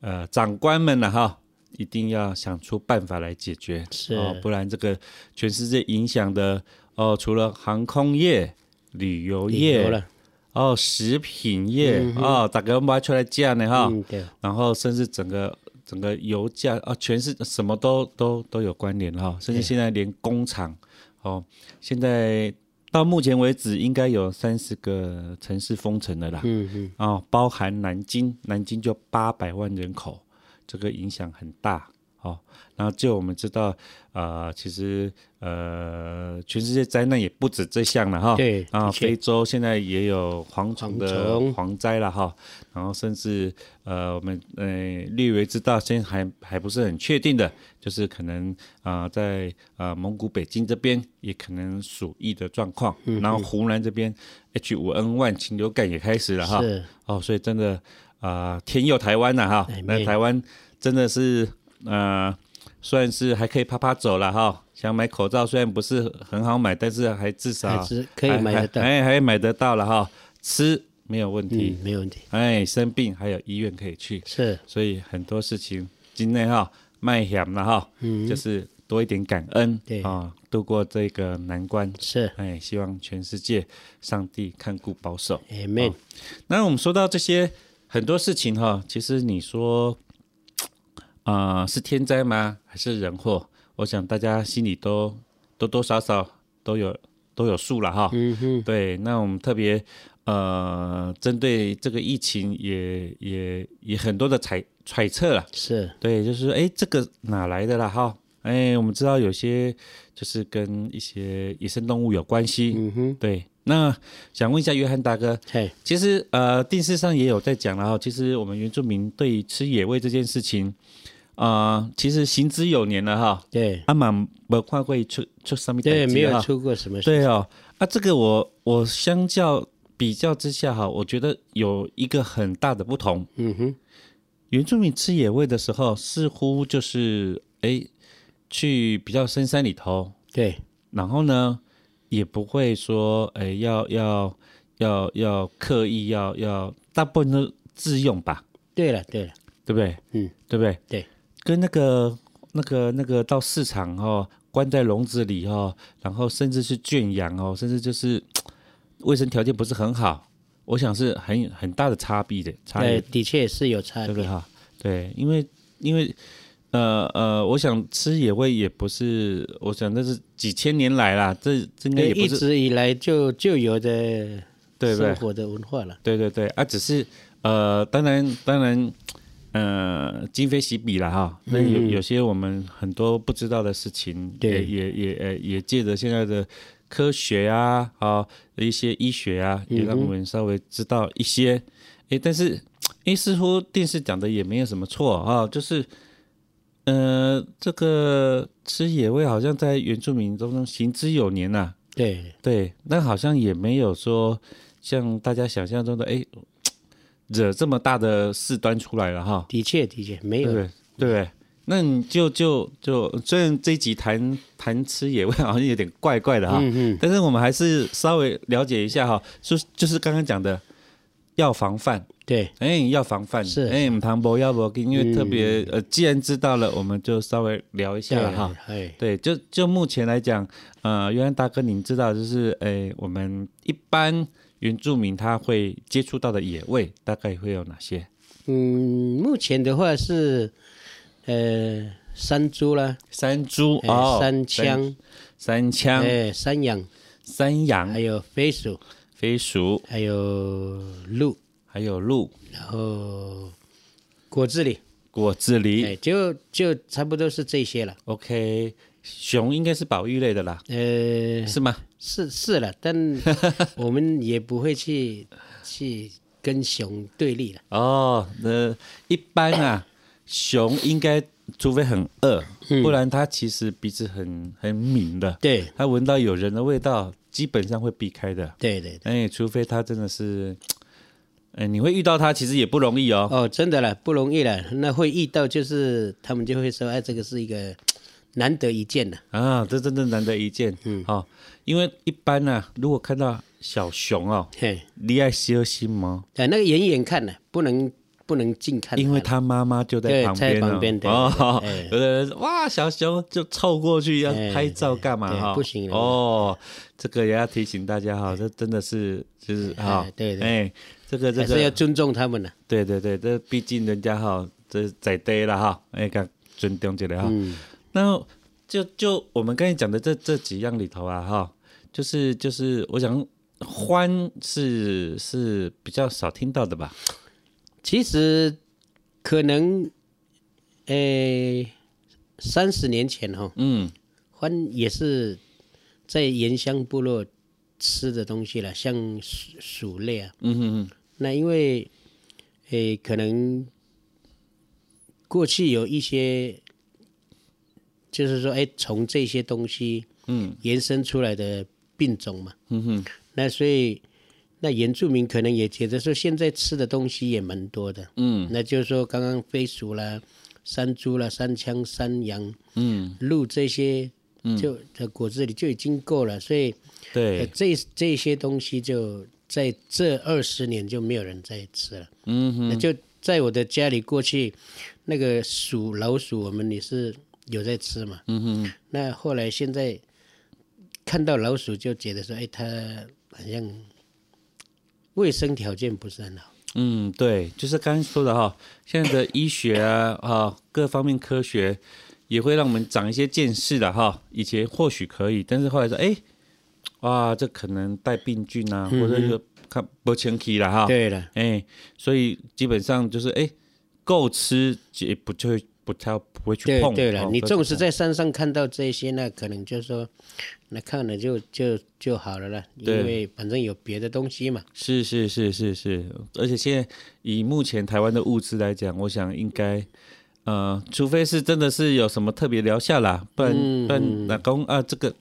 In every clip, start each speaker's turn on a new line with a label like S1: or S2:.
S1: 呃长官们了哈、一定要想出办法来解决，
S2: 是
S1: 哦，不然这个全世界影响的哦，除了航空业、旅游业
S2: 有了，
S1: 哦，食品业、哦，大家挖出来价呢哈、
S2: 嗯对，
S1: 然后甚至整个整个油价啊，全是什么都都都有关联哈、甚至现在连工厂哦，现在到目前为止应该有三十个城市封城了啦，
S2: 嗯嗯，
S1: 哦，包含南京，南京就八百万人口，这个影响很大哦。然后就我们知道，呃，其实呃，全世界灾难也不止这项了哈。
S2: 对
S1: 啊，
S2: 的确
S1: 非洲现在也有蝗虫的
S2: 蝗虫
S1: 蝗灾了哈。然后甚至呃，我们呃略微知道，现在还还不是很确定的，就是可能啊、呃在呃蒙古北京这边也可能鼠疫的状况，
S2: 嗯
S1: 然后湖南这边 H 5 N 1禽流感也开始了哈。
S2: 是
S1: 哦，所以真的啊、呃天佑台湾呐、哈
S2: 哎，
S1: 那
S2: 没
S1: 台湾真的是呃，算是还可以啪啪走了哈。想买口罩虽然不是很好买，但是还至少
S2: 还是可以买得到
S1: 还哎还还买得到了哈。吃没有问
S2: 嗯
S1: 题，，
S2: 没问题，
S1: 哎，生病还有医院可以去，
S2: 是
S1: 所以很多事情今天哈卖险了哈，就是多一点感恩，
S2: 嗯对
S1: 啊、度过这个难关。
S2: 是
S1: 哎，希望全世界上帝看顾保守。
S2: ，Amen，
S1: 那我们说到这些很多事情哈，其实你说，啊、是天灾吗？还是人祸？我想大家心里都多多少少都有都有数了哈。嗯哼。对，那我们特别呃，针对这个疫情也也也很多的揣揣测了。
S2: 是
S1: 对，就是哎，诶这个哪来的啦？哈，哎，我们知道有些就是跟一些野生动物有关系。嗯哼，对。那想问一下约翰大哥，
S2: 嘿，
S1: 其实呃，电视上也有在讲了哈。其实我们原住民对于吃野味这件事情，啊，其实行之有年了哈。
S2: 对
S1: 阿满没看过出出什么代
S2: 对，
S1: 志
S2: 没有
S1: 哈
S2: 出过什么
S1: 啊
S2: 事，
S1: 对哦，啊，这个我我相较比较之下哈，我觉得有一个很大的不同。嗯哼，原住民吃野味的时候，似乎就是哎，去比较深山里头，
S2: 对，
S1: 然后呢，也不会说哎要要要要刻意要要，大部分都自用吧，
S2: 对了，对了，
S1: 对不对？
S2: 嗯，
S1: 对不对？
S2: 对，
S1: 跟那个那个那个到市场哦，关在笼子里哦，然后甚至是圈养哦，甚至就是卫生条件不是很好，我想是很很大的差别的差
S2: 呃，
S1: 别，
S2: 的确是有差
S1: 对不对
S2: 别，
S1: 哈？对，因为因为呃呃，我想吃野味也不是，我想那是几千年来啦，这这应该
S2: 对
S1: 也不
S2: 一
S1: 是
S2: 直以来就就有的
S1: 对不对
S2: 生？活的文化了，
S1: 对对对啊，只是呃，当然当然，呃，今非昔比了哈。那有有些我们很多不知道的事情，也
S2: 对
S1: 也也呃也借着现在的科学啊啊一些医学啊，也让我们稍微知道一些。诶，但是诶，似乎电视讲的也没有什么错啊，就是。呃，这个吃野味好像在原住民中行之有年啊呐、
S2: 对，
S1: 对，那好像也没有说像大家想象中的，哎，惹这么大的事端出来了哈，
S2: 的确的确没
S1: 对不
S2: 有，
S1: 对？对不对？那你就就就，虽然这一集谈谈吃野味好像有点怪怪的哈，
S2: 嗯嗯，
S1: 但是我们还是稍微了解一下哈，就是就是刚刚讲的要防范，
S2: 对，
S1: 哎，要防范，
S2: 是嗯
S1: 哎，唐伯要不，因为特别、呃，既然知道了，我们就稍微聊一下了哈。
S2: 哎，
S1: 对，就就目前来讲，呃，约翰大哥，您知道就是，诶，我们一般原住民他会接触到的野味，大概会有哪些？
S2: 嗯，目前的话是呃山猪啦，
S1: 山猪
S2: 哎
S1: 哦，
S2: 山枪，
S1: 山、山枪、
S2: 哎山羊，
S1: 山羊
S2: 还、有飞鼠，
S1: 飞鼠，
S2: 还有鹿，
S1: 还有鹿、
S2: 然后果子狸，
S1: 果子狸。
S2: 哎，就就差不多是这些了。
S1: OK，熊应该是保育类的啦，
S2: 呃，
S1: 是吗？
S2: 是是了， 但我们也不会去去跟熊对立了。
S1: 哦，那一般啊，熊应该除非很饿，
S2: 嗯
S1: 不然它其实鼻子很很敏的。
S2: 对
S1: 它闻到有人的味道，基本上会避开的。
S2: 对对对，
S1: 哎，除非它真的是，哎，你会遇到它，其实也不容易哦。
S2: 哦，真的了，不容易了。那会遇到就是他们就会说，哎，这个是一个难得一见的。
S1: 啊，这真的难得一见。嗯，好、因为一般呢、啊，如果看到小熊哦，
S2: 嘿，
S1: 你要小心哦，
S2: 哎，那个远远看呢，不能不能近看，
S1: 因为它妈妈就在
S2: 对
S1: 旁
S2: 在
S1: 边哦。
S2: 旁边对
S1: 哦
S2: 对哎，
S1: 有的人说哇，小熊就凑过去要
S2: 哎
S1: 拍照干嘛
S2: 对
S1: 哈、
S2: 不行了
S1: 哦，这个也要提醒大家哈、哦这真的是就是哈、
S2: 哎对对
S1: 哎，这个这
S2: 还
S1: 个
S2: 是要尊重他们呢。
S1: 对对对，这毕竟人家哈，这在地了哈，哎，该尊重一下
S2: 嗯
S1: 哈。那就就我们刚才讲的这这几样里头啊哈，就是就是我想欢是是比较少听到的吧？
S2: 其实可能，呃，三十年前哈、
S1: 嗯，
S2: 欢也是在原乡部落吃的东西了，像鼠鼠类啊。
S1: 嗯嗯
S2: 那因为，诶，可能过去有一些，就是说，诶，从这些东西
S1: 嗯
S2: 延伸出来的病种嘛，
S1: 嗯嗯
S2: 那所以。那原住民可能也觉得说，现在吃的东西也蛮多的，
S1: 嗯
S2: 那就是说刚刚飞鼠啦、山猪啦、山枪、山羊、
S1: 嗯，
S2: 鹿这些，就的果子里就已经够了，所以、呃
S1: 对，
S2: 这这些东西就在这二十年就没有人再吃了。
S1: 嗯哼，
S2: 那就在我的家里过去，那个鼠老鼠我们也是有在吃嘛。
S1: 嗯哼，
S2: 那后来现在看到老鼠就觉得说，哎，它好像卫生条件不是很好。
S1: 嗯，对，就是刚刚说的哈，现在的医学啊，啊，各方面科学也会让我们长一些见识的哈。以前或许可以，但是后来说，哎，哇，这可能带病菌啊，或者有看不清晰了哈。，
S2: 对了，
S1: 哎，所以基本上就是哎，够吃也不就会不太不会去
S2: 对
S1: 碰。
S2: 对了，
S1: 哦
S2: 你
S1: 不会
S2: 纵
S1: 去
S2: 使
S1: 碰
S2: 在山上看到这些，那可能就说，那看了就就就好了啦，因
S1: 对
S2: 为反正有别的东西嘛。
S1: 是是是是是，而且现在以目前台湾的物资来讲，我想应该，呃，除
S2: 嗯
S1: 非是真的是有什么特别疗效啦，不然、不然老公啊，这个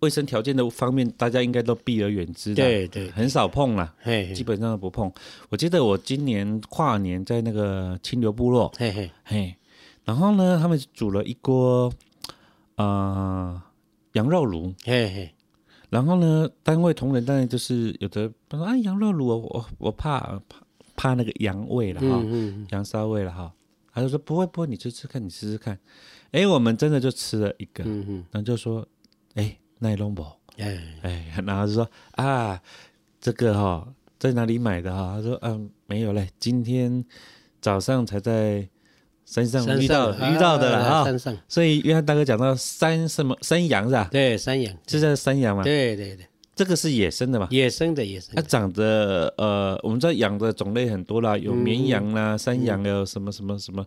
S1: 卫生条件的方面，大家应该都避而远之的，
S2: 对对
S1: 很少碰啦，
S2: 嘿
S1: 基
S2: 嘿
S1: 本上都不碰。我记得我今年跨年在那个清流部落，
S2: 嘿嘿，
S1: 嘿，然后呢，他们煮了一锅呃羊肉炉，
S2: 嘿嘿，
S1: 然后呢，单位同仁当然就是有的他说啊，羊肉炉我我我怕怕怕那个羊味了哈，
S2: 嗯嗯，
S1: 羊骚味了哈。他就说不会不会，你吃吃看，你吃吃看。哎，我们真的就吃了一个，
S2: 嗯嗯，
S1: 然后就说哎奈龙宝，
S2: 哎，
S1: 哎，然后就说啊这个哈、在哪里买的哈、他说嗯、没有嘞，今天早上才在山上
S2: 山
S1: 遇到
S2: 上
S1: 遇到的
S2: 啊
S1: 了
S2: 啊
S1: 哈、
S2: 山上，
S1: 所以约翰大哥讲到山什么山羊是吧？
S2: 对，山羊，
S1: 就在山羊嘛，
S2: 对对对，
S1: 这个是野生的嘛？
S2: 野生的野生
S1: 它
S2: 的，
S1: 长得呃，我们知道养的种类很多啦，
S2: 嗯
S1: 有绵羊啦、山羊，还有什么什么什么，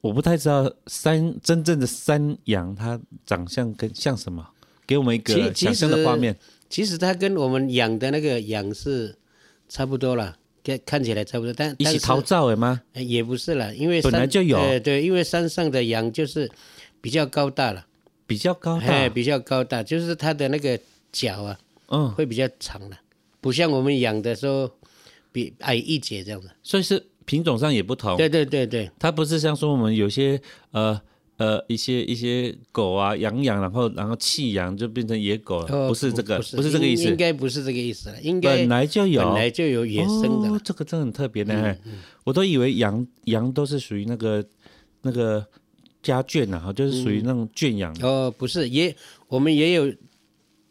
S1: 我不太知道山真正的山羊它长相跟像什么，给我们一个
S2: 其
S1: 想象的画面。
S2: 其实它跟我们养的那个羊是差不多了，看看起来差不多，但
S1: 一起
S2: 逃
S1: 逃灶的吗？
S2: 呃也不是啦，因为
S1: 本来
S2: 山
S1: 就有
S2: 呃对，因为山上的羊就是比较高大了，
S1: 比较高
S2: 哎，
S1: 大，
S2: 比较高大，就是它的那个脚啊
S1: 嗯，
S2: 会比较长了，不像我们养的时候比矮一截这样子。
S1: 所以是品种上也不同。
S2: 对对对对，
S1: 它不是像说我们有些呃呃一些一些狗啊养养，然后然后弃养就变成野狗了，
S2: 呃
S1: 不是这个，
S2: 不
S1: 不是这个意
S2: 应应
S1: 思。
S2: 该不是这个意思了，应该
S1: 本来就有，
S2: 本来就有野生的嗯
S1: 哦
S2: 了，，
S1: 这个真的很特别呢、哎我都以为羊羊都是属于那个那个家圈啊，就是属于那种圈养。哎、
S2: 哦，不是也我们也有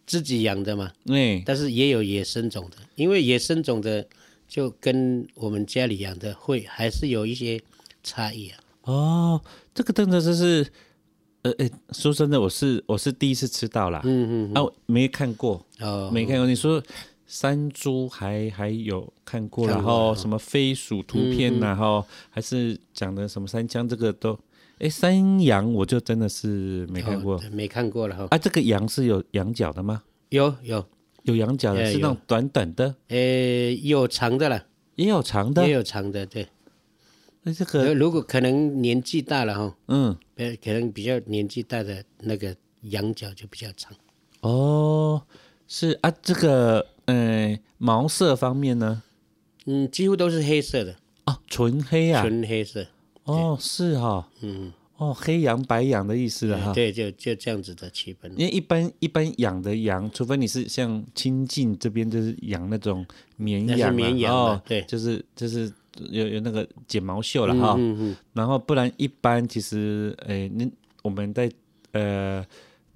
S2: 自己养的嘛，
S1: 嗯
S2: 但是也有野生种的，因为野生种的就跟我们家里养的会还是有一些差异啊。
S1: 哦，这个真的就是，呃，哎、说真的，我是我是第一次吃到啦，
S2: 嗯嗯
S1: 啊，我没看过，
S2: 哦，
S1: 没看过。你说山猪还还有看过，
S2: 看
S1: 然
S2: 过
S1: 后
S2: 嗯
S1: 什么飞鼠图片，然后还是讲的什么三枪，这个都，哎，山羊我就真的是没看过
S2: 哦、没看过了哈、
S1: 啊。这个羊是有羊角的吗？
S2: 有有，
S1: 有羊角的，
S2: 哎
S1: 是那种
S2: 有
S1: 短短的，
S2: 呃，有长的了，
S1: 也有长的
S2: 也。有长的，对。
S1: 那这
S2: 呃
S1: 个，
S2: 如果可能年纪大了哈，
S1: 嗯，
S2: 呃，可能比较年纪大的那个羊角就比较长。
S1: 哦，是啊，这个，呃，毛色方面呢，
S2: 嗯，几乎都是黑色的，
S1: 哦，纯黑啊，
S2: 纯黑色。
S1: 哦，是哈，
S2: 嗯，
S1: 哦，黑羊白羊的意思了哈。
S2: 对，就就这样子的气氛。
S1: 因为一般一般养的羊，除非你是像亲近这边就是养那种绵
S2: 那
S1: 羊啊，
S2: 是绵羊啊
S1: 哦，
S2: 对
S1: 就是就是有有那个剪毛秀了哈、
S2: 嗯嗯，
S1: 然后不然一般其实，诶，那我们在呃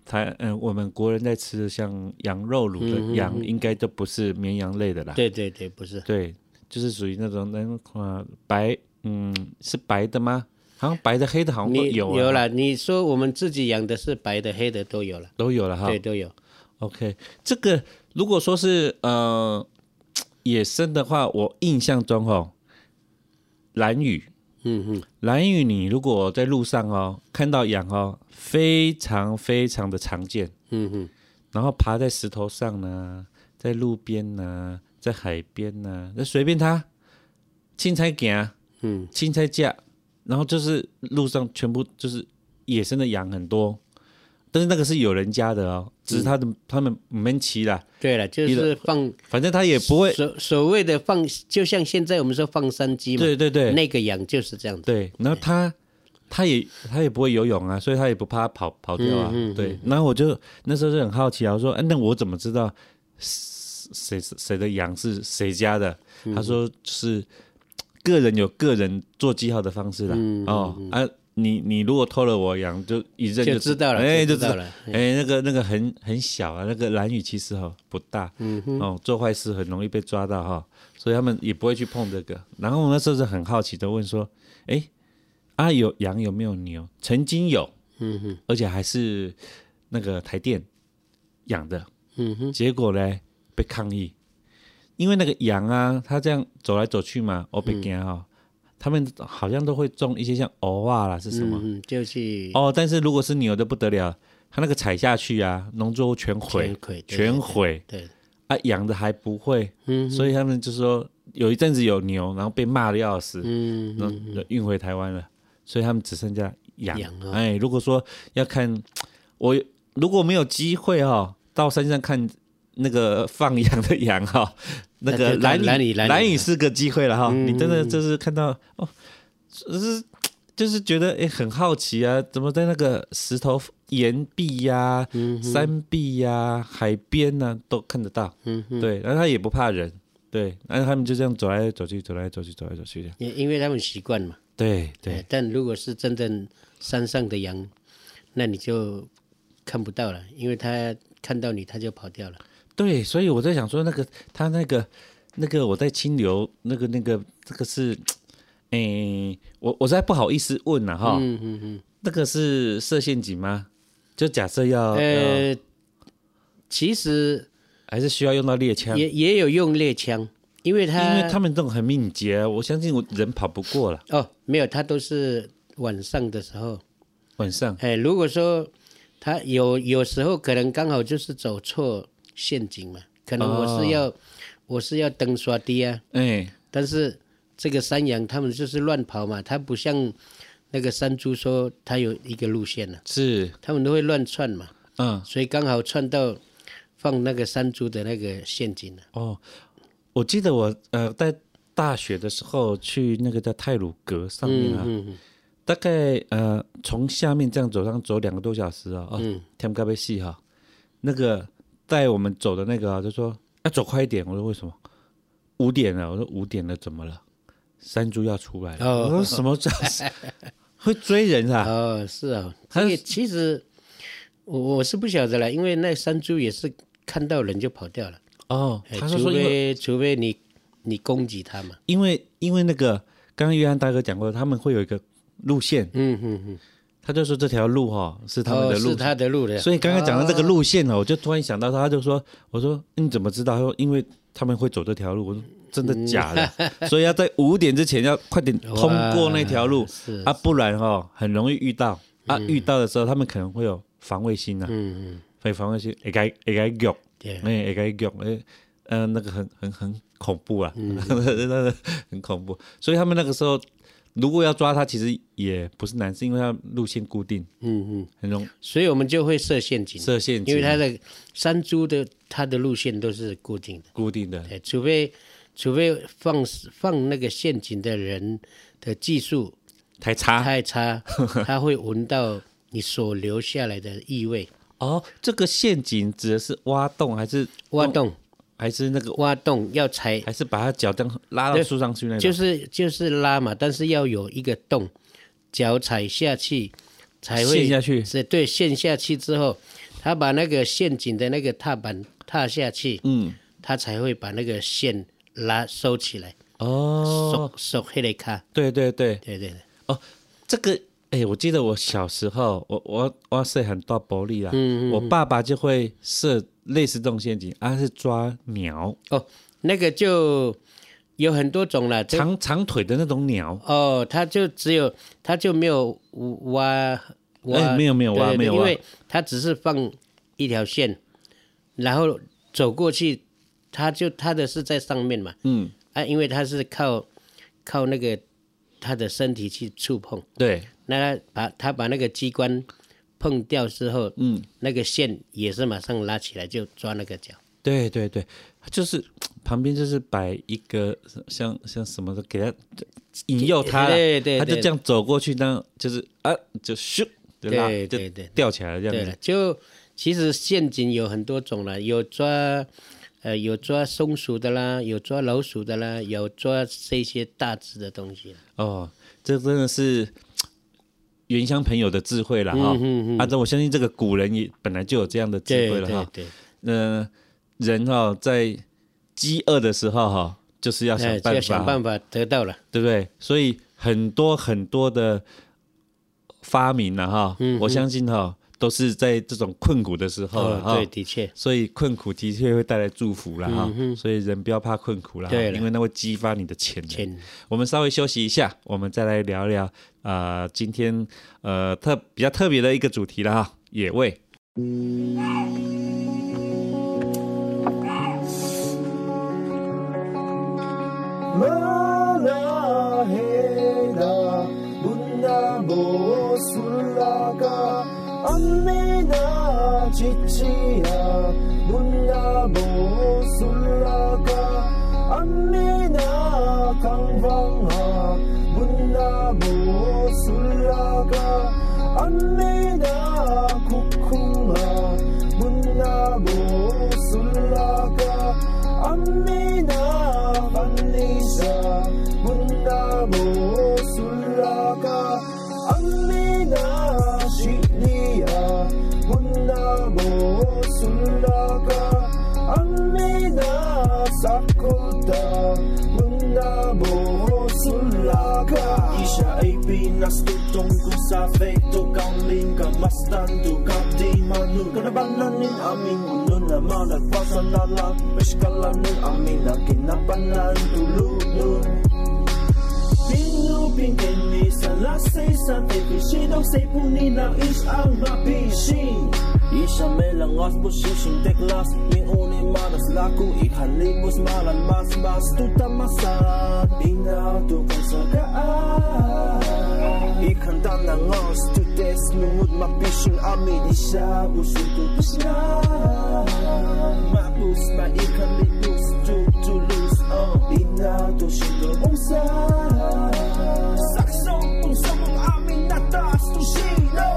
S1: 台，嗯、我们国人在吃像羊肉卤的羊，应该都不是绵羊类的啦。
S2: 嗯对对对，不是，
S1: 对就是属于那种那种呃白，嗯，是白的吗？好像白的、黑的，好像都
S2: 你
S1: 有啊
S2: 有
S1: 了，
S2: 了。你说我们自己养的是白的、黑的都有了，
S1: 都有了哈。
S2: 对，都有。
S1: OK，这个如果说是呃野生的话，我印象中哦，蓝雨，
S2: 嗯嗯，
S1: 蓝雨，你如果在路上哦看到羊哦，非常非常的常见，
S2: 嗯嗯，
S1: 然后爬在石头上呢，在路边呢，在海边呢，那随便它，青菜行，
S2: 嗯，
S1: 青菜架，然后就是路上全部就是野生的羊很多，但是那个是有人家的哦，只是他的、他们没骑啦，
S2: 对了，就
S1: 你
S2: 是
S1: 的
S2: 放
S1: 反正他也不会，
S2: 所所谓的放，就像现在我们说放山鸡嘛，
S1: 对对对
S2: 那个羊就是这样子。
S1: 对，然后他他也他也不会游泳啊，所以他也不怕跑跑掉啊。对，然后我就那时候就很好奇啊，我说，哎、那我怎么知道谁谁谁的羊是谁家的？
S2: 嗯
S1: 他说就是个人有个人做记号的方式啦。
S2: 嗯
S1: 哦啊，你你如果偷了我羊，就一认
S2: 就知道了，
S1: 哎、
S2: 就
S1: 就
S2: 知道。了。
S1: 哎、那个那个很很小啊，那个蓝雨其实哈、不大，嗯哦，做坏事很容易被抓到哈、所以他们也不会去碰这个。然后我那时候是很好奇的问说，哎、啊有羊有没有牛？曾经有，
S2: 嗯哼，
S1: 而且还是那个台电养的，
S2: 嗯哼，
S1: 结果呢被抗议，因为那个羊啊，它这样走来走去嘛，哦被惊
S2: 嗯
S1: 哈，他们好像都会种一些像藕啊啦是什么？
S2: 嗯嗯，就是
S1: 哦，但是如果是牛的不得了，它那个踩下去啊，农作物全毁
S2: 全，毁，对
S1: 全毁
S2: 对，
S1: 啊，养的还不会，
S2: 嗯
S1: 所以他们就说有一阵子有牛，然后被骂的要死，
S2: 嗯
S1: 然后就运回台湾了，所以他们只剩下羊。
S2: 羊啊
S1: 哎，如果说要看我如果没有机会哈、到山上看那个放羊的羊哈、那
S2: 那
S1: 个
S2: 就看
S1: 蓝
S2: 蓝蚁蓝
S1: 蓝
S2: 蚁
S1: 蚁是个机会了哈、
S2: 嗯
S1: 你真的就是看到哦，就是就是觉得哎很好奇啊，怎么在那个石头岩壁呀、
S2: 嗯
S1: 山壁呀、海边呐、都看得到，
S2: 嗯哼，
S1: 对，然后他也不怕人，对，然后他们就这样走来走去，走来走去，走来走去的，
S2: 也因为他们习惯嘛。
S1: 对
S2: 哎
S1: 对，
S2: 但如果是真正山上的羊，那你就看不到了，因为它看到你，它就跑掉了。
S1: 对，所以我在想说，那个他那个那个我在清流那个那个这个是，诶、我我实在不好意思问了、哈、
S2: 嗯嗯嗯。
S1: 那个是设陷阱吗？就假设要、要
S2: 呃，其实
S1: 还是需要用到猎枪，
S2: 也也有用猎枪，因为它
S1: 因为他们这种很敏捷，啊我相信我人跑不过了，
S2: 哦没有，它都是晚上的时候。
S1: 晚上
S2: 哎，如果说他有有时候可能刚好就是走错陷阱嘛，可能我
S1: 哦
S2: 是要、我是要登刷低啊，
S1: 哎、
S2: 但是这个山羊他们就是乱跑嘛，它不像那个山猪说它有一个路线呢、啊，
S1: 是
S2: 他们都会乱窜嘛，
S1: 嗯
S2: 所以刚好窜到放那个山猪的那个陷阱啊了、
S1: 哦，我记得我呃在大学的时候去那个叫泰鲁阁上面啊，
S2: 嗯嗯
S1: 大概呃从下面这样走上走两个多小时啊、哦，嗯，天该被戏哈，那个带我们走的那个、啊、就说要走快一点，我说为什么？五点了，我说五点了怎么了？山猪要出来了，
S2: 哦
S1: 我说什么叫 会追人啊？
S2: 哦，是啊、哦，
S1: 它
S2: 这个其实我我是不晓得了，因为那山猪也是看到人就跑掉了。
S1: 哦，
S2: 哎
S1: 他是
S2: 除
S1: 说因为
S2: 非除非你你攻击他嘛，
S1: 因为因为那个刚刚约翰大哥讲过，他们会有一个路线，
S2: 嗯嗯嗯，
S1: 他就说这条路哈、是他们的路
S2: 哦是
S1: 线，
S2: 他的路的，
S1: 所以刚刚讲到这个路线呢，我就突然想到他，他就说：“我说你怎么知道？”他说：“因为他们会走这条路。”我说：“真的假 的？”所以要在五点之前要快点通过那条路
S2: 哇是
S1: 啊，不然哦很容易遇到啊。遇到的时候，他们可能会有防卫心呐，
S2: 嗯嗯，
S1: 所以防卫心也该也该用，
S2: 对，
S1: 哎也该用，哎嗯、呃那个很很很恐怖啊，
S2: 嗯
S1: 那很恐怖。所以他们那个时候如果要抓他，其实也不是难事，因为他路线固定，
S2: 嗯嗯，
S1: 很容易
S2: 所以我们就会设陷阱，
S1: 设陷阱，
S2: 因为它的山猪的它的路线都是固定的，
S1: 固定的。
S2: 哎，除非除非放放那个陷阱的人的技术
S1: 太差
S2: 太差，他会闻到你所留下来的异味，
S1: 哦。这个陷阱指的是挖洞，还是
S2: 挖洞
S1: 还是那个
S2: 挖洞要踩
S1: 还是把他脚这样拉到
S2: 对
S1: 树上去那种？
S2: 就是就是拉嘛，但是要有一个洞，脚踩下去才会
S1: 陷下去
S2: 是对，陷下去之后，他把那个陷阱的那个踏板踏下去，
S1: 嗯
S2: 他才会把那个线拉收起来，
S1: 哦
S2: 收，收黑的卡。
S1: 对对对，
S2: 对对对，
S1: 这个哎，我记得我小时候，我我我是很多玻璃啊，我爸爸就会设类似这种陷阱，啊是抓鸟，
S2: 哦，那个就有很多种了。这
S1: 长长腿的那种鸟，
S2: 哦，他就只有他就没有挖挖，
S1: 哎没有没有挖
S2: 对对对
S1: 没有挖
S2: 因为他只是放一条线，然后走过去，他就他的是在上面嘛，
S1: 嗯，
S2: 啊，因为他是靠靠那个他的身体去触碰，
S1: 对，
S2: 那他把他把那个机关碰掉之后，嗯，那个线也是马上拉起来就抓那个脚，
S1: 对对对，就是旁边就是摆一个像像什么的，给他引诱他啦，
S2: 对对对
S1: 他就这样走过去，当就是啊，就咻就拉
S2: 对对
S1: 就
S2: 对
S1: 吊起来了这
S2: 对
S1: 样
S2: 了
S1: 子。，
S2: 就其实陷阱有很多种了，有抓呃有抓松鼠的啦，有抓老鼠的啦，有抓这些大只的东西啦。
S1: 哦，这真的是原乡朋友的智慧
S2: 嗯
S1: 了哈。啊，这我相信这个古人也本来就有这样的智
S2: 对
S1: 慧了
S2: 对
S1: 哈。
S2: 对，
S1: 嗯，人哈在饥饿的时候哈，就是要想
S2: 哎，
S1: 办
S2: 要
S1: 法
S2: 想
S1: 哈
S2: 办法得到了。
S1: 对不对？所以很多很多的发明了、哈，
S2: 嗯
S1: 我相信哈、都是在这种困苦的时候了哈、
S2: 哦对，的确，
S1: 所以困苦的确会带来祝福了哈、所以人不要怕困苦了哈，
S2: 对了
S1: 因为那会激发你的潜能。
S2: 钱
S1: 我们稍微休息一下，我们再来聊聊呃，今天呃特比较特别的一个主题了哈，野味。
S3: Amena chichia Musulaga Amina kang vanga Bunda Musulaga Amina kukunga Bunda Musulaga Amina vanisa Bunda Musulaga Amina shikliya Bunda Musulaga Amina Sakuta Mula Bohosulaga Siya ay pinastutungkol sa feto Kaunling kamastan Dugati Manu Kanabananin amin Uno na malagpasan Lalag Peskalanin amin Ang kinapanan Tulog nun Pinuping kini sa lasay sa tepisi Daw say puni na is ang mapisi Isya may langas posisyon teklas May uni maras laku Ihalimos malan mas mas tutamasan Inatukang sa kaan Ikanta ah. na ngas Tudes nungod mapisyon amin Isya usututos na Mapus pa ikalimus tutulus Oh, inatusyon doon sa Sakso kung sa mong amin natas to sino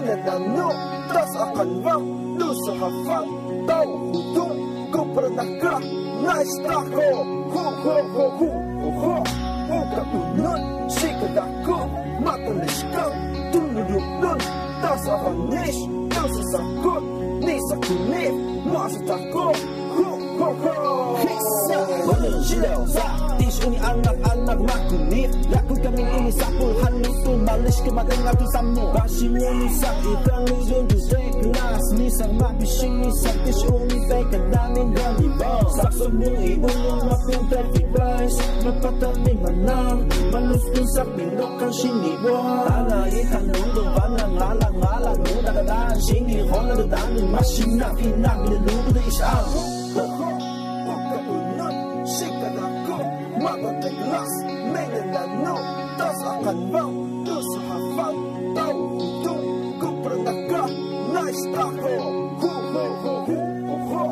S3: Tas akan bang Lusa hafang Tau hutong Kupernaka Nice tako Ho ho ho ho ho ho Uka unun Sikat ako Matalis kang Tunulog nun Tas akan nish Ang sasakot Ni sa kinip Masa tako Ho ho ho Walang silaw sa Tish uni anak-anak makunit Lakot kami ini sa pulhan Luto malis kumagang ato sa mo Bashi mo ni sa itang Luzon Jose Glass Ni sa mapising ni sa tish uni Tay kadamin gani ba Sakso mo ibulong mapin traffic vice Mapatami manang Malustin sa pindok kang siniwa Ala itanong do banang alang alang Mo dagadaan singi Hola do danin Masina pinag Nilugo do isang Ho ho pagkaunod Sikat ako, matataglas May nanano, tas akan bang Doon sa hafag, tao itong Kupranaka, nice taco Ho ho ho ho ho ho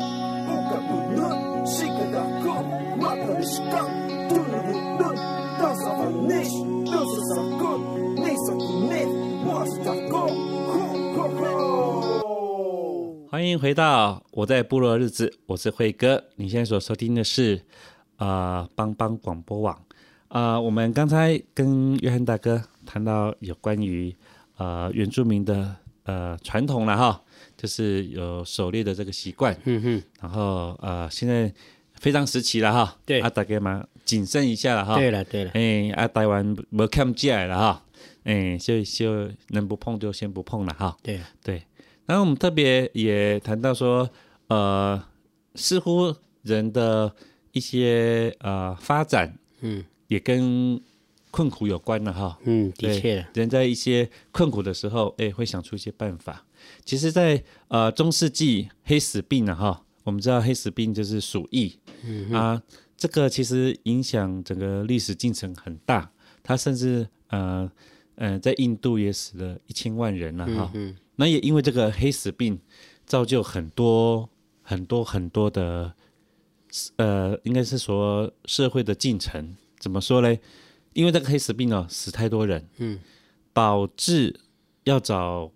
S3: Pagkaunod, sikat ako Matalis ka, tulunod nun Tas akan nish, doon sa sagot Ni sa kunit, mas taco Ho ho ho
S2: 嗯
S1: 欢迎回到《我在部落的日子》，我是辉哥。你现在所收听的是啊、呃帮帮广播网啊、呃我们刚才跟约翰大哥谈到有关于呃原住民的呃传统了哈，就是有狩猎的这个习惯。
S2: 嗯哼，
S1: 然后呃现在非常时期了哈，
S2: 对
S1: 啊大家嘛谨慎一下了哈。
S2: 对了对了，
S1: 哎、啊台湾没看起来了哈，哎、所以就能不碰就先不碰了哈。
S2: 对了，
S1: 对，然后我们特别也谈到说，呃，似乎人的一些呃发展
S2: 嗯
S1: 也跟困苦有关了哈。
S2: 嗯，的
S1: 对
S2: 确了，
S1: 人在一些困苦的时候，哎，会想出一些办法。其实在，呃中世纪黑死病啊，哈，我们知道黑死病就是鼠疫，嗯、啊，这个其实影响整个历史进程很大，它甚至呃呃在印度也死了一千万人了、啊哈、
S2: 嗯
S1: 那也因为这个黑死病，造就很多很多很多的，呃，应该是说社会的进程怎么说嘞？因为这个黑死病哦，死太多人，嗯，导致要找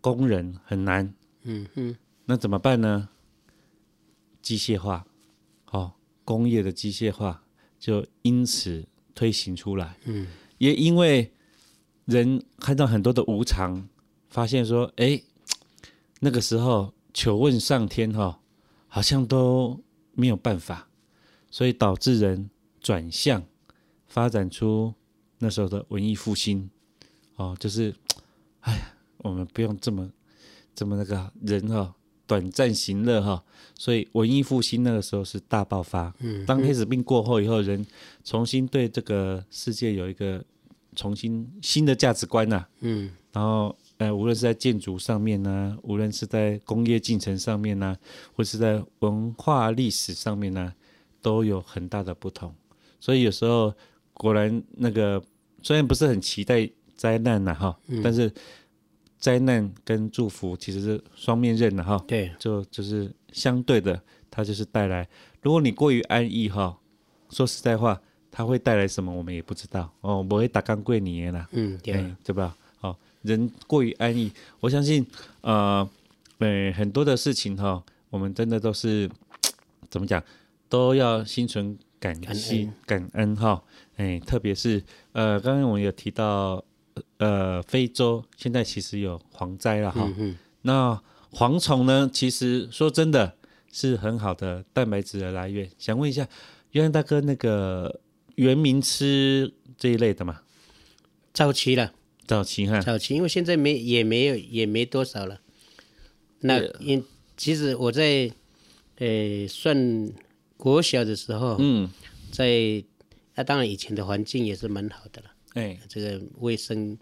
S1: 工人很难，嗯嗯，那怎么办呢？机械化，哦，工业的机械化就因此推行出来，嗯，也因为人看到很多的无常，发现说，哎，那个时候求问上天哈、好像都没有办法，所以导致人转向。发展出那时候的文艺复兴，哦，就是，哎呀，我们不用这么这么那个人哈、短暂行乐哈、所以文艺复兴那个时候是大爆发。嗯，当黑死病过后以后，人重新对这个世界有一个重新新的价值观啊呐、
S2: 嗯，
S1: 然后呃，无论是在建筑上面呢、无啊论是在工业进程上面呢、或是在文化历史上面呢、啊都有很大的不同。所以有时候果然那个虽然不是很期待灾难了哈，但是灾难跟祝福其实是双面刃的哈。
S2: 对，
S1: 就就是相对的，它就是带来，如果你过于安逸哈，说实在话，它会带来什么我们也不知道哦，不会打干贵你啦，
S2: 嗯，对，
S1: 哎对吧？好、人过于安逸，我相信，呃，呃，很多的事情哈、我们真的都是怎么讲，都要心存感激、感恩哈、哎，特别是呃，刚刚我们有提到，呃，非洲现在其实有蝗灾了哈、那蝗虫呢，其实说真的是很好的蛋白质的来源。想问一下，约翰大哥，那个原民吃这一类的嘛？
S2: 早期了，
S1: 早期哈，
S2: 早期，因为现在没也没有也没多少了。那因其实我在呃算国小的时候，
S1: 嗯，
S2: 在那、当然以前的环境也是蛮好的了，
S1: 哎，
S2: 这个卫生，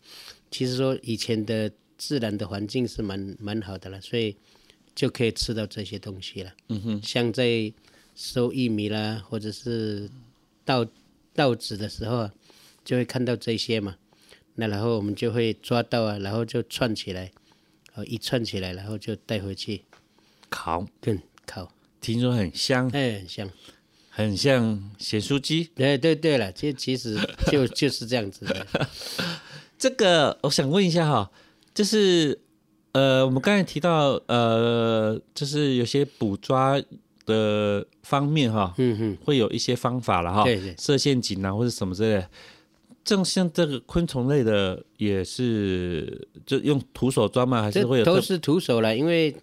S2: 其实说以前的自然的环境是蛮蛮好的了，所以就可以吃到这些东西了。嗯哼，像在收玉米啦，或者是稻稻子的时候啊，就会看到这些嘛。那然后我们就会抓到啊，然后就串起来，哦，一串起来，然后就带回去
S1: 烤，
S2: 炖烤，
S1: 听说很香，
S2: 哎，很香。
S1: 很像咸酥鸡。
S2: 哎，对对了，其实其实就 就是这样子的。
S1: 这个我想问一下哈，就是呃，我们刚才提到呃，就是有些捕抓的方面哈，
S2: 嗯哼，
S1: 会有一些方法了哈，
S2: 对对
S1: 设陷阱啊或者什么之类的。正像这个昆虫类的，也是就用徒手抓吗？还是
S2: 这
S1: 会有
S2: 都
S1: 特
S2: 是徒手了，因为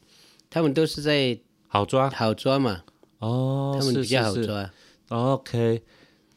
S2: 他们都是在
S1: 好抓
S2: 好抓嘛，
S1: 哦？
S2: 他们
S1: 是
S2: 比较好
S1: 是是
S2: 抓。
S1: OK，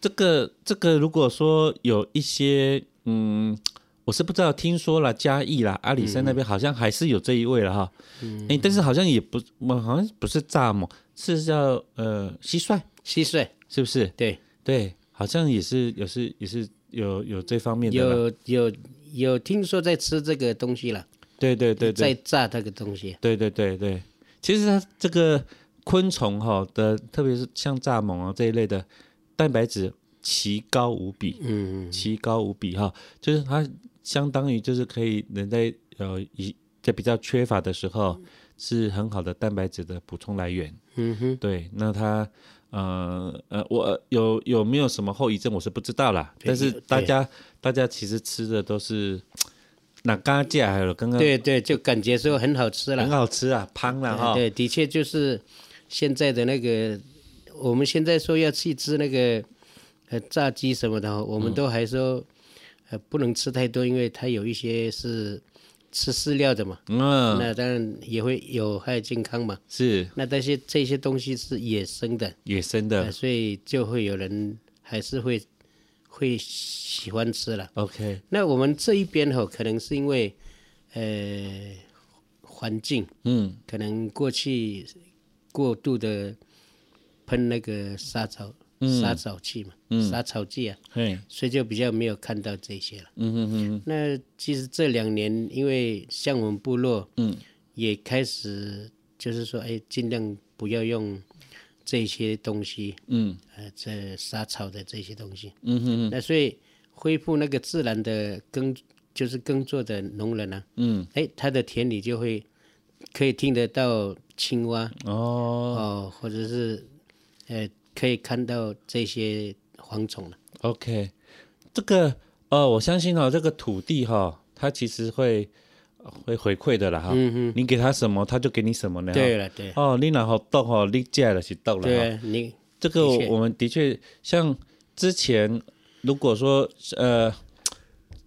S1: 这个这个如果说有一些嗯，我是不知道，听说了嘉义啦、阿里山那边好像还是有这一位了哈，嗯，哎、但是好像也不，我好像不是蚱蜢，是叫呃蟋蟀，
S2: 蟋蟀，
S1: 是不是？
S2: 对，
S1: 对，好像也是，有是也是有有这方面的啦，
S2: 有有有听说在吃这个东西了，
S1: 对对对对
S2: 在，炸这个东西。
S1: 对对对对，其实它这个昆虫哈的，特别是像蚱蜢啊这一类的，蛋白质奇高无比，
S2: 嗯，
S1: 奇高无比哈，就是它相当于就是可以人在呃一在比较缺乏的时候，是很好的蛋白质的补充来源。
S2: 嗯哼，
S1: 对，那它呃呃，我呃有有没有什么后遗症，我是不知道啦。但是
S2: 对
S1: 大家大家其实吃的都是那嘎架，还有刚刚
S2: 对对，就感觉说很好吃
S1: 很
S2: 了。
S1: 好吃啊，胖了哈。
S2: 对，的确就是现在的那个，我们现在说要去吃那个呃炸鸡什么的哦，
S1: 嗯
S2: 我们都还说呃不能吃太多，因为它有一些是吃饲料的嘛，
S1: 嗯，
S2: 那当然也会有害健康嘛。
S1: 是
S2: 那这些这些东西是野生的，
S1: 野生
S2: 呃
S1: 的。
S2: 所以就会有人还是会会喜欢吃了。
S1: OK，
S2: 那我们这一边哈、可能是因为呃环境，
S1: 嗯，
S2: 可能过去过度的喷那个杀草、杀草剂嘛，杀草剂啊，
S1: 嘿，
S2: 所以就比较没有看到这些了。
S1: 嗯嗯嗯，
S2: 那其实这两年，因为像我们部落，
S1: 嗯，
S2: 也开始就是说，哎，尽量不要用这些东西，
S1: 嗯，
S2: 呃，这杀草的这些东西，
S1: 嗯嗯嗯
S2: 那所以恢复那个自然的耕，就是耕作的农人呢、
S1: 嗯，
S2: 哎，他的田里就会可以听得到青蛙
S1: 哦
S2: 哦，或者是呃，可以看到这些蝗虫了。
S1: ，OK，这个呃，我相信哦，这个土地哈、它其实会会回馈的啦哈、
S2: 嗯
S1: 你给它什么，它就给你什么呢？
S2: 哼，
S1: 哈
S2: 对。了，对，
S1: 哦，你然后动哦，你借了是动了哈。
S2: 对啊，你
S1: 这个
S2: 的确
S1: 我们的确像之前，如果说呃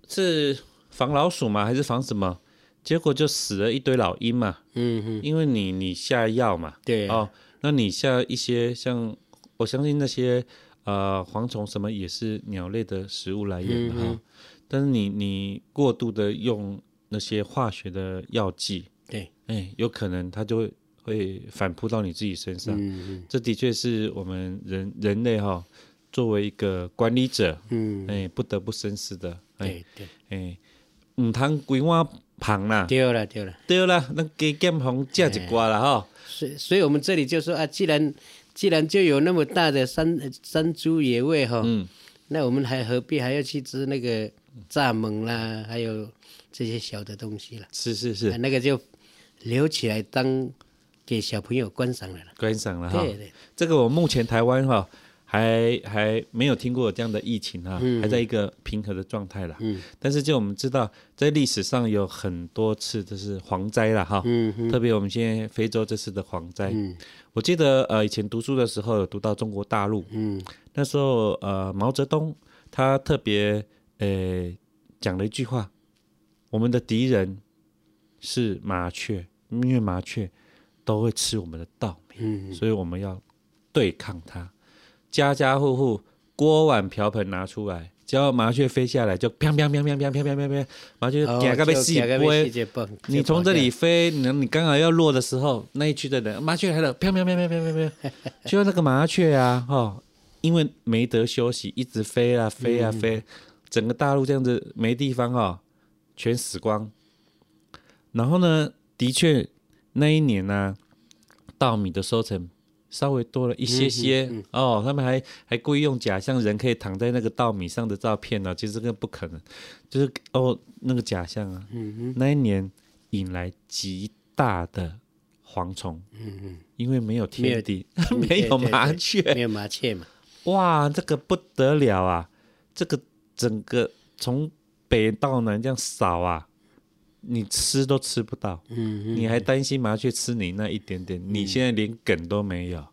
S1: 是防老鼠嘛，还是防什么？结果就死了一堆老鹰嘛，
S2: 嗯哼，
S1: 因为你你下药嘛，
S2: 对啊
S1: 哦，那你下一些像我相信那些呃蝗虫什么也是鸟类的食物来
S2: 嗯
S1: 源的哈，但是你你过度的用那些化学的药剂，
S2: 对，
S1: 哎，有可能它就会会反扑到你自己身上，
S2: 嗯
S1: 这的确是我们人人类哈、作为一个管理者，
S2: 嗯，
S1: 哎，不得不深思的，哎
S2: 对对，
S1: 哎，唔通规碗旁啦，
S2: 对哎了对了，
S1: 对啦，咱加减红食一寡啦吼，
S2: 所以所以我们这里就说啊，既然既然就有那么大的山山猪野味哈，
S1: 嗯
S2: 那我们还何必还要去吃那个蚱蜢啦，还有这些小的东西啦？
S1: 是是
S2: 啊
S1: 是，
S2: 那个就留起来当给小朋友观赏的了啦。
S1: 观赏了哈
S2: 对对。
S1: 这个我目前台湾哈还还没有听过有这样的疫情哈，还在一个平和的状态啦。嗯。但是就我们知道，在历史上有很多次就是蝗灾了哈。嗯。特别我们现在非洲这次的蝗灾，嗯，我记得呃以前读书的时候有读到中国大陆，嗯，那时候呃毛泽东他特别呃讲了一句话，我们的敌人是麻雀，因为麻雀都会吃我们的稻米，
S2: 嗯
S1: 所以我们要对抗它。家家户户锅碗瓢盆拿出来，只要麻雀飞下来，就砰砰砰砰砰砰砰砰砰，麻雀
S2: 哦
S1: 点个被
S2: 就
S1: 吸
S2: 怕到被
S1: 飞
S2: 吸就爆。
S1: 你从这里飞，你你刚好要落的时候，那一区的人麻雀来了，砰砰砰砰砰砰砰， 就那个麻雀啊，哈、因为没得休息，一直飞啊飞啊飞，整个大陆这样子没地方哦，全死光。然后呢，的确那一年啊呢、稻米的收成稍微多了一些些、哦，他们还还故意用假象人可以躺在那个稻米上的照片啊呢、其实这个不可能，就是哦那个假象啊，那一年引来极大的蝗虫，因为没有天敌，嗯没 有
S2: 对对对
S1: 麻雀，
S2: 没有麻雀嘛，
S1: 哇，这个不得了啊！这个整个从北到南这样扫啊，你吃都吃不到，你还担心麻雀吃你那一点点，你现在连梗都没有，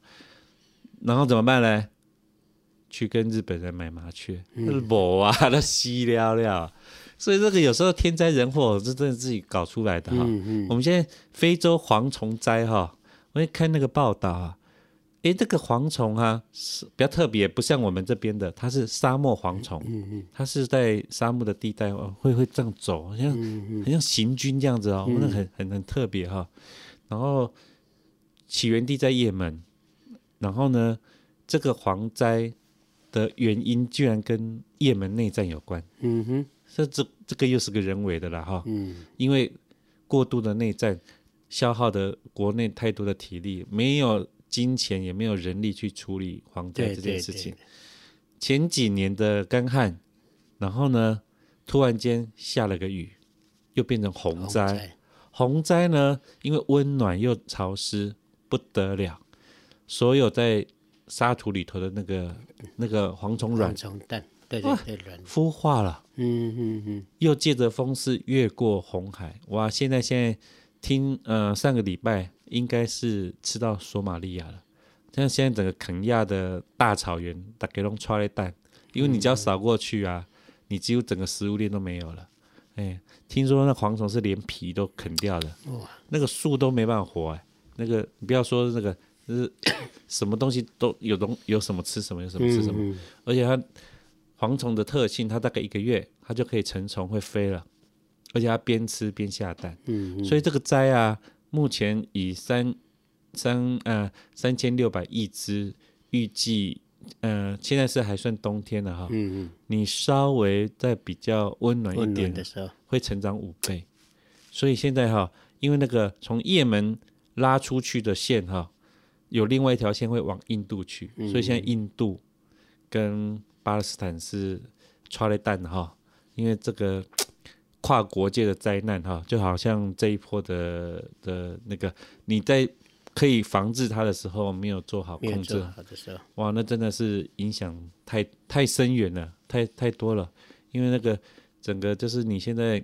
S1: 然后怎么办呢？去跟日本人买麻雀，我啊，那稀了了。所以这个有时候天灾人祸，这真的自己搞出来的哈。我们现在非洲蝗虫灾哈，我一看那个报道啊，诶，这个蝗虫啊是比较特别，不像我们这边的，它是沙漠蝗虫，它是在沙漠的地带哦会会这样走，好像很像行军这样子哦，那很很很特别哈、然后起源地在也门，然后呢，这个蝗灾的原因居然跟也门内战有关，
S2: 嗯哼，
S1: 这这这个又是个人为的啦哈，
S2: 嗯
S1: 因为过度的内战消耗的国内太多的体力，没有金钱也没有人力去处理蝗灾
S2: 对
S1: 这件
S2: 对
S1: 事情
S2: 对。
S1: 前几年的干旱，然后呢，突然间下了个雨，又变成洪
S2: 蝗
S1: 灾。洪灾呢，因为温暖又潮湿，不得了。所有在沙土里头的那个那个蝗虫卵
S2: 蝗虫蛋，对对对，卵，
S1: 孵化了，
S2: 嗯嗯嗯，
S1: 又借着风势越过红海。哇，现在现在听呃上个礼拜应该是吃到索马利亚了，像现在整个肯亚的大草原大概都穿了蛋，因为你只要扫过去啊，你几乎整个食物链都没有了。哎，听说那蝗虫是连皮都啃掉的，那个树都没办法活哎、那个你不要说那个，就是 什么东西都有东有什么吃什么有什么吃什么，
S2: 嗯
S1: 而且它蝗虫的特性，它大概一个月它就可以成虫会飞了，而且它边吃边下蛋，
S2: 嗯
S1: 所以这个灾啊，目前以三三呃三千六百亿只预计。呃，现在是还算冬天了哈，嗯嗯，你稍微再比较温暖一
S2: 温暖
S1: 点
S2: 的时候，
S1: 会成长五倍。所以现在哈，因为那个从也门拉出去的线哈，有另外一条线会往印度去，
S2: 嗯
S1: 所以现在印度跟巴勒斯坦是抓了蛋的哈，因为这个跨国界的灾难哈，就好像这一波的的那个你在。可以防治它的时候没有做好
S2: 没有
S1: 控制
S2: 做，好的时候，
S1: 哇，那真的是影响太太深远了，太太多了。因为那个整个就是你现在，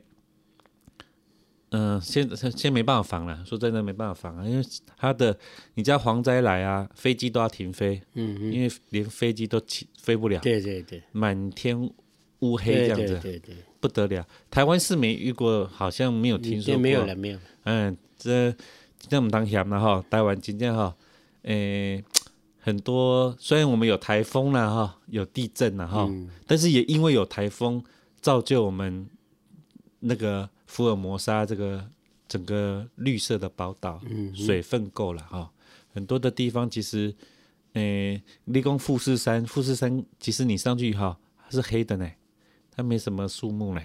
S1: 嗯、现现现在没办法防了，说真的没办法防啊，因为它的你知道蝗灾来啊，飞机都要停飞，嗯，因为连飞机都起飞不了，
S2: 对对对，
S1: 满天乌黑这
S2: 对
S1: 样
S2: 对
S1: 子，
S2: 对对，
S1: 不得了。台湾是没遇过，好像没有听说
S2: 这
S1: 过，
S2: 嗯没有了没有，
S1: 嗯，这真正唔当嫌啦吼，台湾真正吼，诶、很多虽然我们有台风啦哈，有地震啦哈，但是也因为有台风，造就我们那个福尔摩沙这个整个绿色的宝岛，水分够了哈，很多的地方其实，诶、立功富士山，富士山其实你上去哈是黑的呢，它没什么树木呢。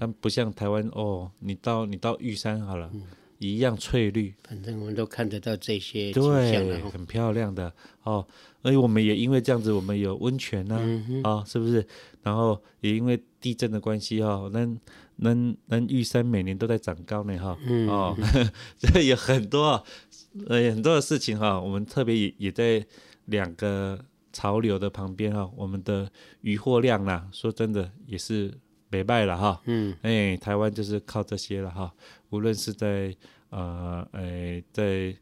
S1: 它不像台湾哦，你到你到玉山好了，一样翠绿，
S2: 反正我们都看得到这些景象啊
S1: 对
S2: 然，后
S1: 很漂亮的哦。而且我们也因为这样子，我们有温泉呐、啊，
S2: 嗯
S1: 是不是？然后也因为地震的关系哦，那那那玉山每年都在长高呢哈、
S2: 嗯
S1: 哦， 这有很多啊呃很多的事情哈、我们特别也也在两个潮流的旁边哈、我们的渔获量啦、说真的也是没败了哈、嗯，哎，台湾就是靠这些了哈、无论是在呃哎在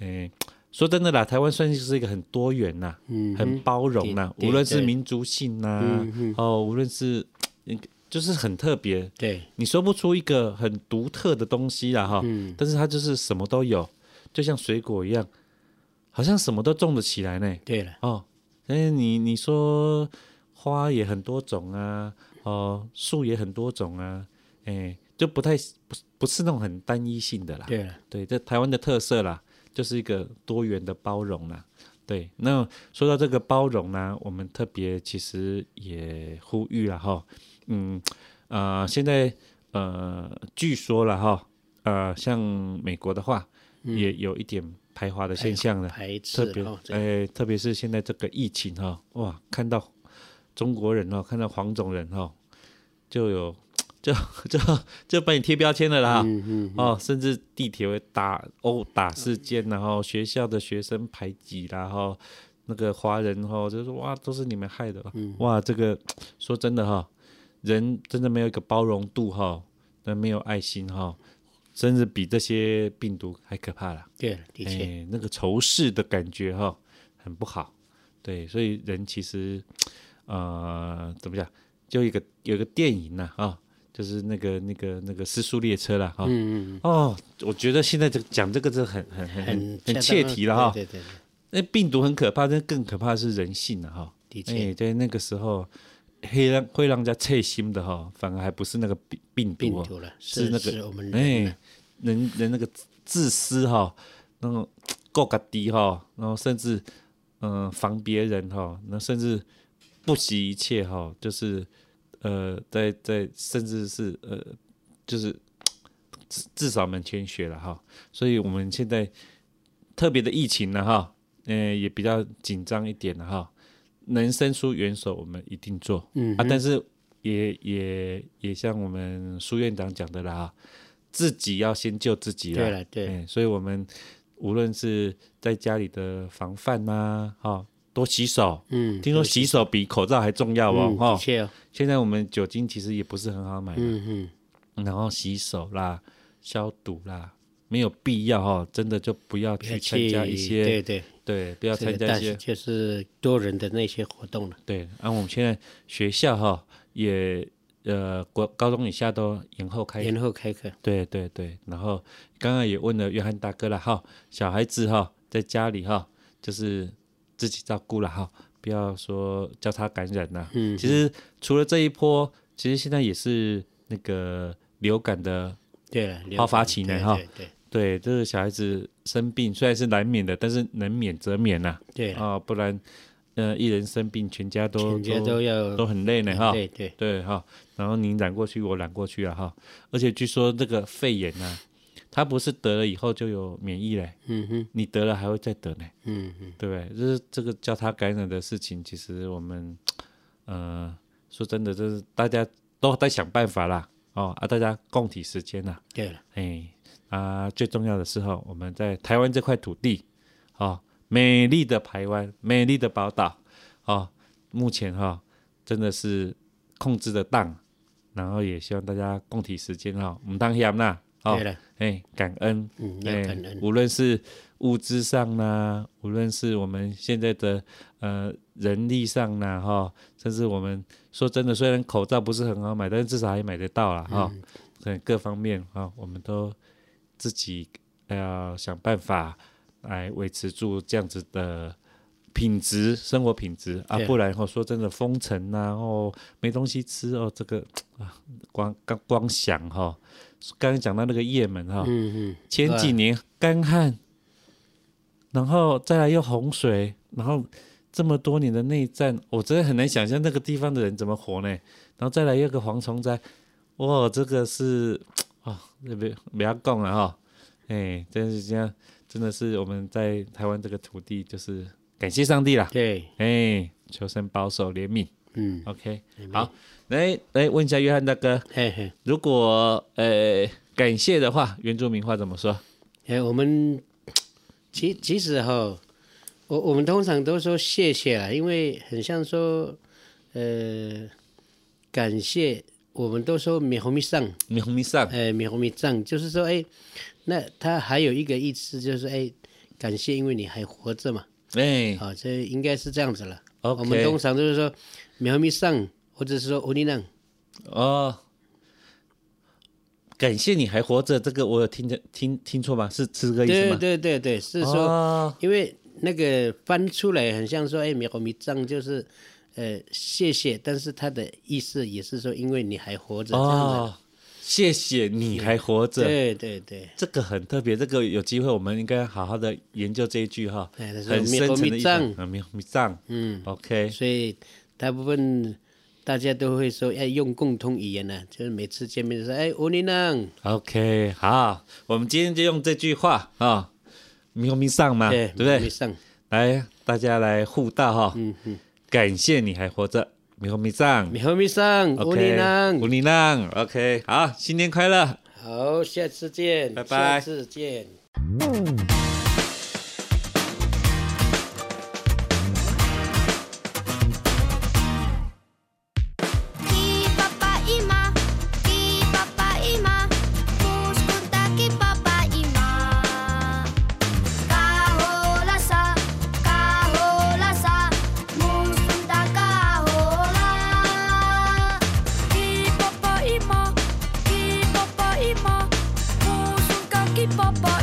S1: 哎。说真的啦，台湾算是一个很多元呐、
S2: 嗯哼
S1: 很包容呐、
S2: 对对
S1: 无论是
S2: 对嗯
S1: 民族性呐、哦，无论是嗯就是很特别，
S2: 对，
S1: 你说不出一个很独特的东西啦哈，
S2: 嗯
S1: 但是它就是什么都有，就像水果一样，好像什么都种得起来呢。
S2: 对了，
S1: 哦，但是你你说花也很多种啊，哦，树也很多种啊，哎，就不太不是不是那种很单一性的啦。
S2: 对了，
S1: 对，这台湾的特色啦，就是一个多元的包容啦。对，那说到这个包容呢，我们特别其实也呼吁了哈，嗯，呃，现在呃，据说了哈，呃，像美国的话，也有一点排华的现象了，
S2: 排
S1: 特
S2: 斥
S1: 别
S2: 哦，这个
S1: 哎，特别是现在这个疫情哈、哇，看到中国人哦，看到黄种人哦，就有就就就把你贴标签了啦，
S2: 嗯
S1: 哦，甚至地铁会打殴打事件，然后哦学校的学生排挤啦，然后那个华人哈、就说哇，都是你们害的，
S2: 嗯
S1: 哇，这个说真的哈、哦人真的没有一个包容度哈、那没有爱心哈、甚至比这些病毒还可怕啦。
S2: 对了，的
S1: 哎，
S2: 确，
S1: 那个仇视的感觉哈、很不好。对，所以人其实，呃，怎么讲？就一个有一个电影呐啊、就是那个那个那个《失速列车》啦哈、嗯嗯哦，我觉得现在这讲这个是很很很很很切题了哈、
S2: 啊对对对，
S1: 那病毒很可怕，但更可怕的是人性的哈。
S2: 的确
S1: 哎、在那个时候，会让会让人家刺心的哈，反而还不是那个病病毒、哦，
S2: 病毒了
S1: 是那个
S2: 是是我们人
S1: 哎、
S2: 啊
S1: 人人那个自私哈、那种够个低哈，然后甚至嗯、呃防别人哈、那甚至不惜一切哈、就是呃在在甚至是呃就是至至少门前雪了哈、所以我们现在特别的疫情了哈，嗯、也比较紧张一点了哈。能伸出援手，我们一定做。嗯啊，但是也也也像我们苏院长讲的啦哈，自己要先救自己啦。
S2: 对了对
S1: 哎所以我们无论是在家里的防范呐、哈、多洗手。
S2: 嗯，
S1: 听说洗手比口罩还重要哦，
S2: 嗯
S1: 哈、
S2: 的确哦，
S1: 现在我们酒精其实也不是很好买嘛，
S2: 嗯嗯，
S1: 然后洗手啦、消毒啦，没有必要哈、真的就不要
S2: 不
S1: 去
S2: 要
S1: 参
S2: 去
S1: 加一些
S2: 对对，
S1: 对不要
S2: 这
S1: 参
S2: 个
S1: 加
S2: 但
S1: 一些
S2: 是就是多人的那些活动了，
S1: 对，啊，我们现在学校哈也呃国高中以下都延后开
S2: 延后开课，
S1: 对对对，然后刚刚也问了约翰大哥了哈，小孩子哈在家里哈就是自己照顾了哈，不要说交叉感染呐、嗯，其实除了这一波，其实现在也是那个流感的，
S2: 对了，流
S1: 好发
S2: 感
S1: 起
S2: 对
S1: 呢哈
S2: 对对
S1: 对，这个小孩子生病虽然是难免的，但是能免则免呐、
S2: 对了，
S1: 啊，不然呃一人生病，全家都
S2: 全家都要
S1: 哦都很累呢哈。
S2: 对对
S1: 对哈，然后你染过去，我染过去了哈。而且据说这个肺炎呢、它不是得了以后就有免疫嘞，
S2: 嗯哼，
S1: 你得了还会再得呢，
S2: 嗯嗯，
S1: 对不对？就是这个交叉感染的事情，其实我们呃说真的，就是大家都在想办法啦，哦啊，大家共体时间呐、
S2: 对了，
S1: 哎啊，最重要的是哈，我们在台湾这块土地，哦，美丽的台湾，美丽的宝岛，哦，目前哈、真的是控制得当，然后也希望大家共体时间哈，我们当然啦，哦
S2: 对了，
S1: 哎，感恩，
S2: 嗯要
S1: 哎
S2: 感恩
S1: 无论是物资上啦，无论是我们现在的呃人力上啦，哈、甚至我们说真的，虽然口罩不是很好买，但是至少还买得到
S2: 嗯
S1: 啦，哈、对各方面啊、我们都自己要想办法来维持住这样子的品质，生活品质啊，
S2: 对
S1: 不然哦，说真的，封城呐、啊，哦，没东西吃哦，这个啊，光光光想哈、刚刚讲到那个也门哈、
S2: 嗯嗯，
S1: 前几年干旱，然后再来又洪水，然后这么多年的内战，我真的很难想象那个地方的人怎么活呢。然后再来又个蝗虫灾，哇，这个是啊，那别不要讲了哈，哎，但是这样真的是我们在台湾这个土地，就是感谢上帝啦。
S2: 对，
S1: 哎，求神保守怜悯。
S2: 嗯，
S1: OK，好，来来问一下约翰大哥，
S2: 嘿嘿，
S1: 如果呃感谢的话，原住民话怎么说？
S2: 哎，我们其其实哈、我我们通常都说谢谢啦，因为很像说，呃，感谢，我们都说米红米上，
S1: 米红米上，
S2: 哎，米红米藏，就是说，哎，那它还有一个意思就是，哎，感谢，因为你还活着嘛，
S1: 哎，
S2: 好、这应该是这样子了。
S1: OK
S2: 我们通常就是说米红米上，或者是说欧尼浪，
S1: 哦，感谢你还活着，这个我有听着听听错吗？是是这个意思
S2: 对
S1: 吗？
S2: 对对对，是说。
S1: 哦，
S2: 因为那个翻出来很像说，哎，米猴米藏就是，呃，谢谢，但是他的意思也是说，因为你还活着这样子。
S1: 哦，谢谢你还活着，
S2: 对对对，
S1: 这个很特别，这个有机会我们应该好好的研究这一句哈，
S2: 哎那是
S1: 很深层的意
S2: 米藏
S1: 思。嗯米米藏
S2: 嗯，
S1: ，OK，
S2: 所以大部分大家都会说，哎，用共通语言呢、啊就是每次见面就说，哎，乌尼囊，
S1: OK，好，我们今天就用这句话啊，咪咪上嘛，啊对
S2: 对
S1: 不
S2: 米
S1: 对？
S2: 上，
S1: 来，大家来互道哈，
S2: 嗯嗯，
S1: 感谢你还活着，咪咪上
S2: 米猴米上，乌尼囊
S1: 乌，尼浪，OK，好，新年快乐。
S2: 好，下次见，
S1: 拜拜
S2: 下次见。
S4: Kipapaima, kipapaima, uskonta kipapaima. Kaholasa, kaholasa, uskonta kahola. Kipapaima, kipapaima, uskonta kipapaima.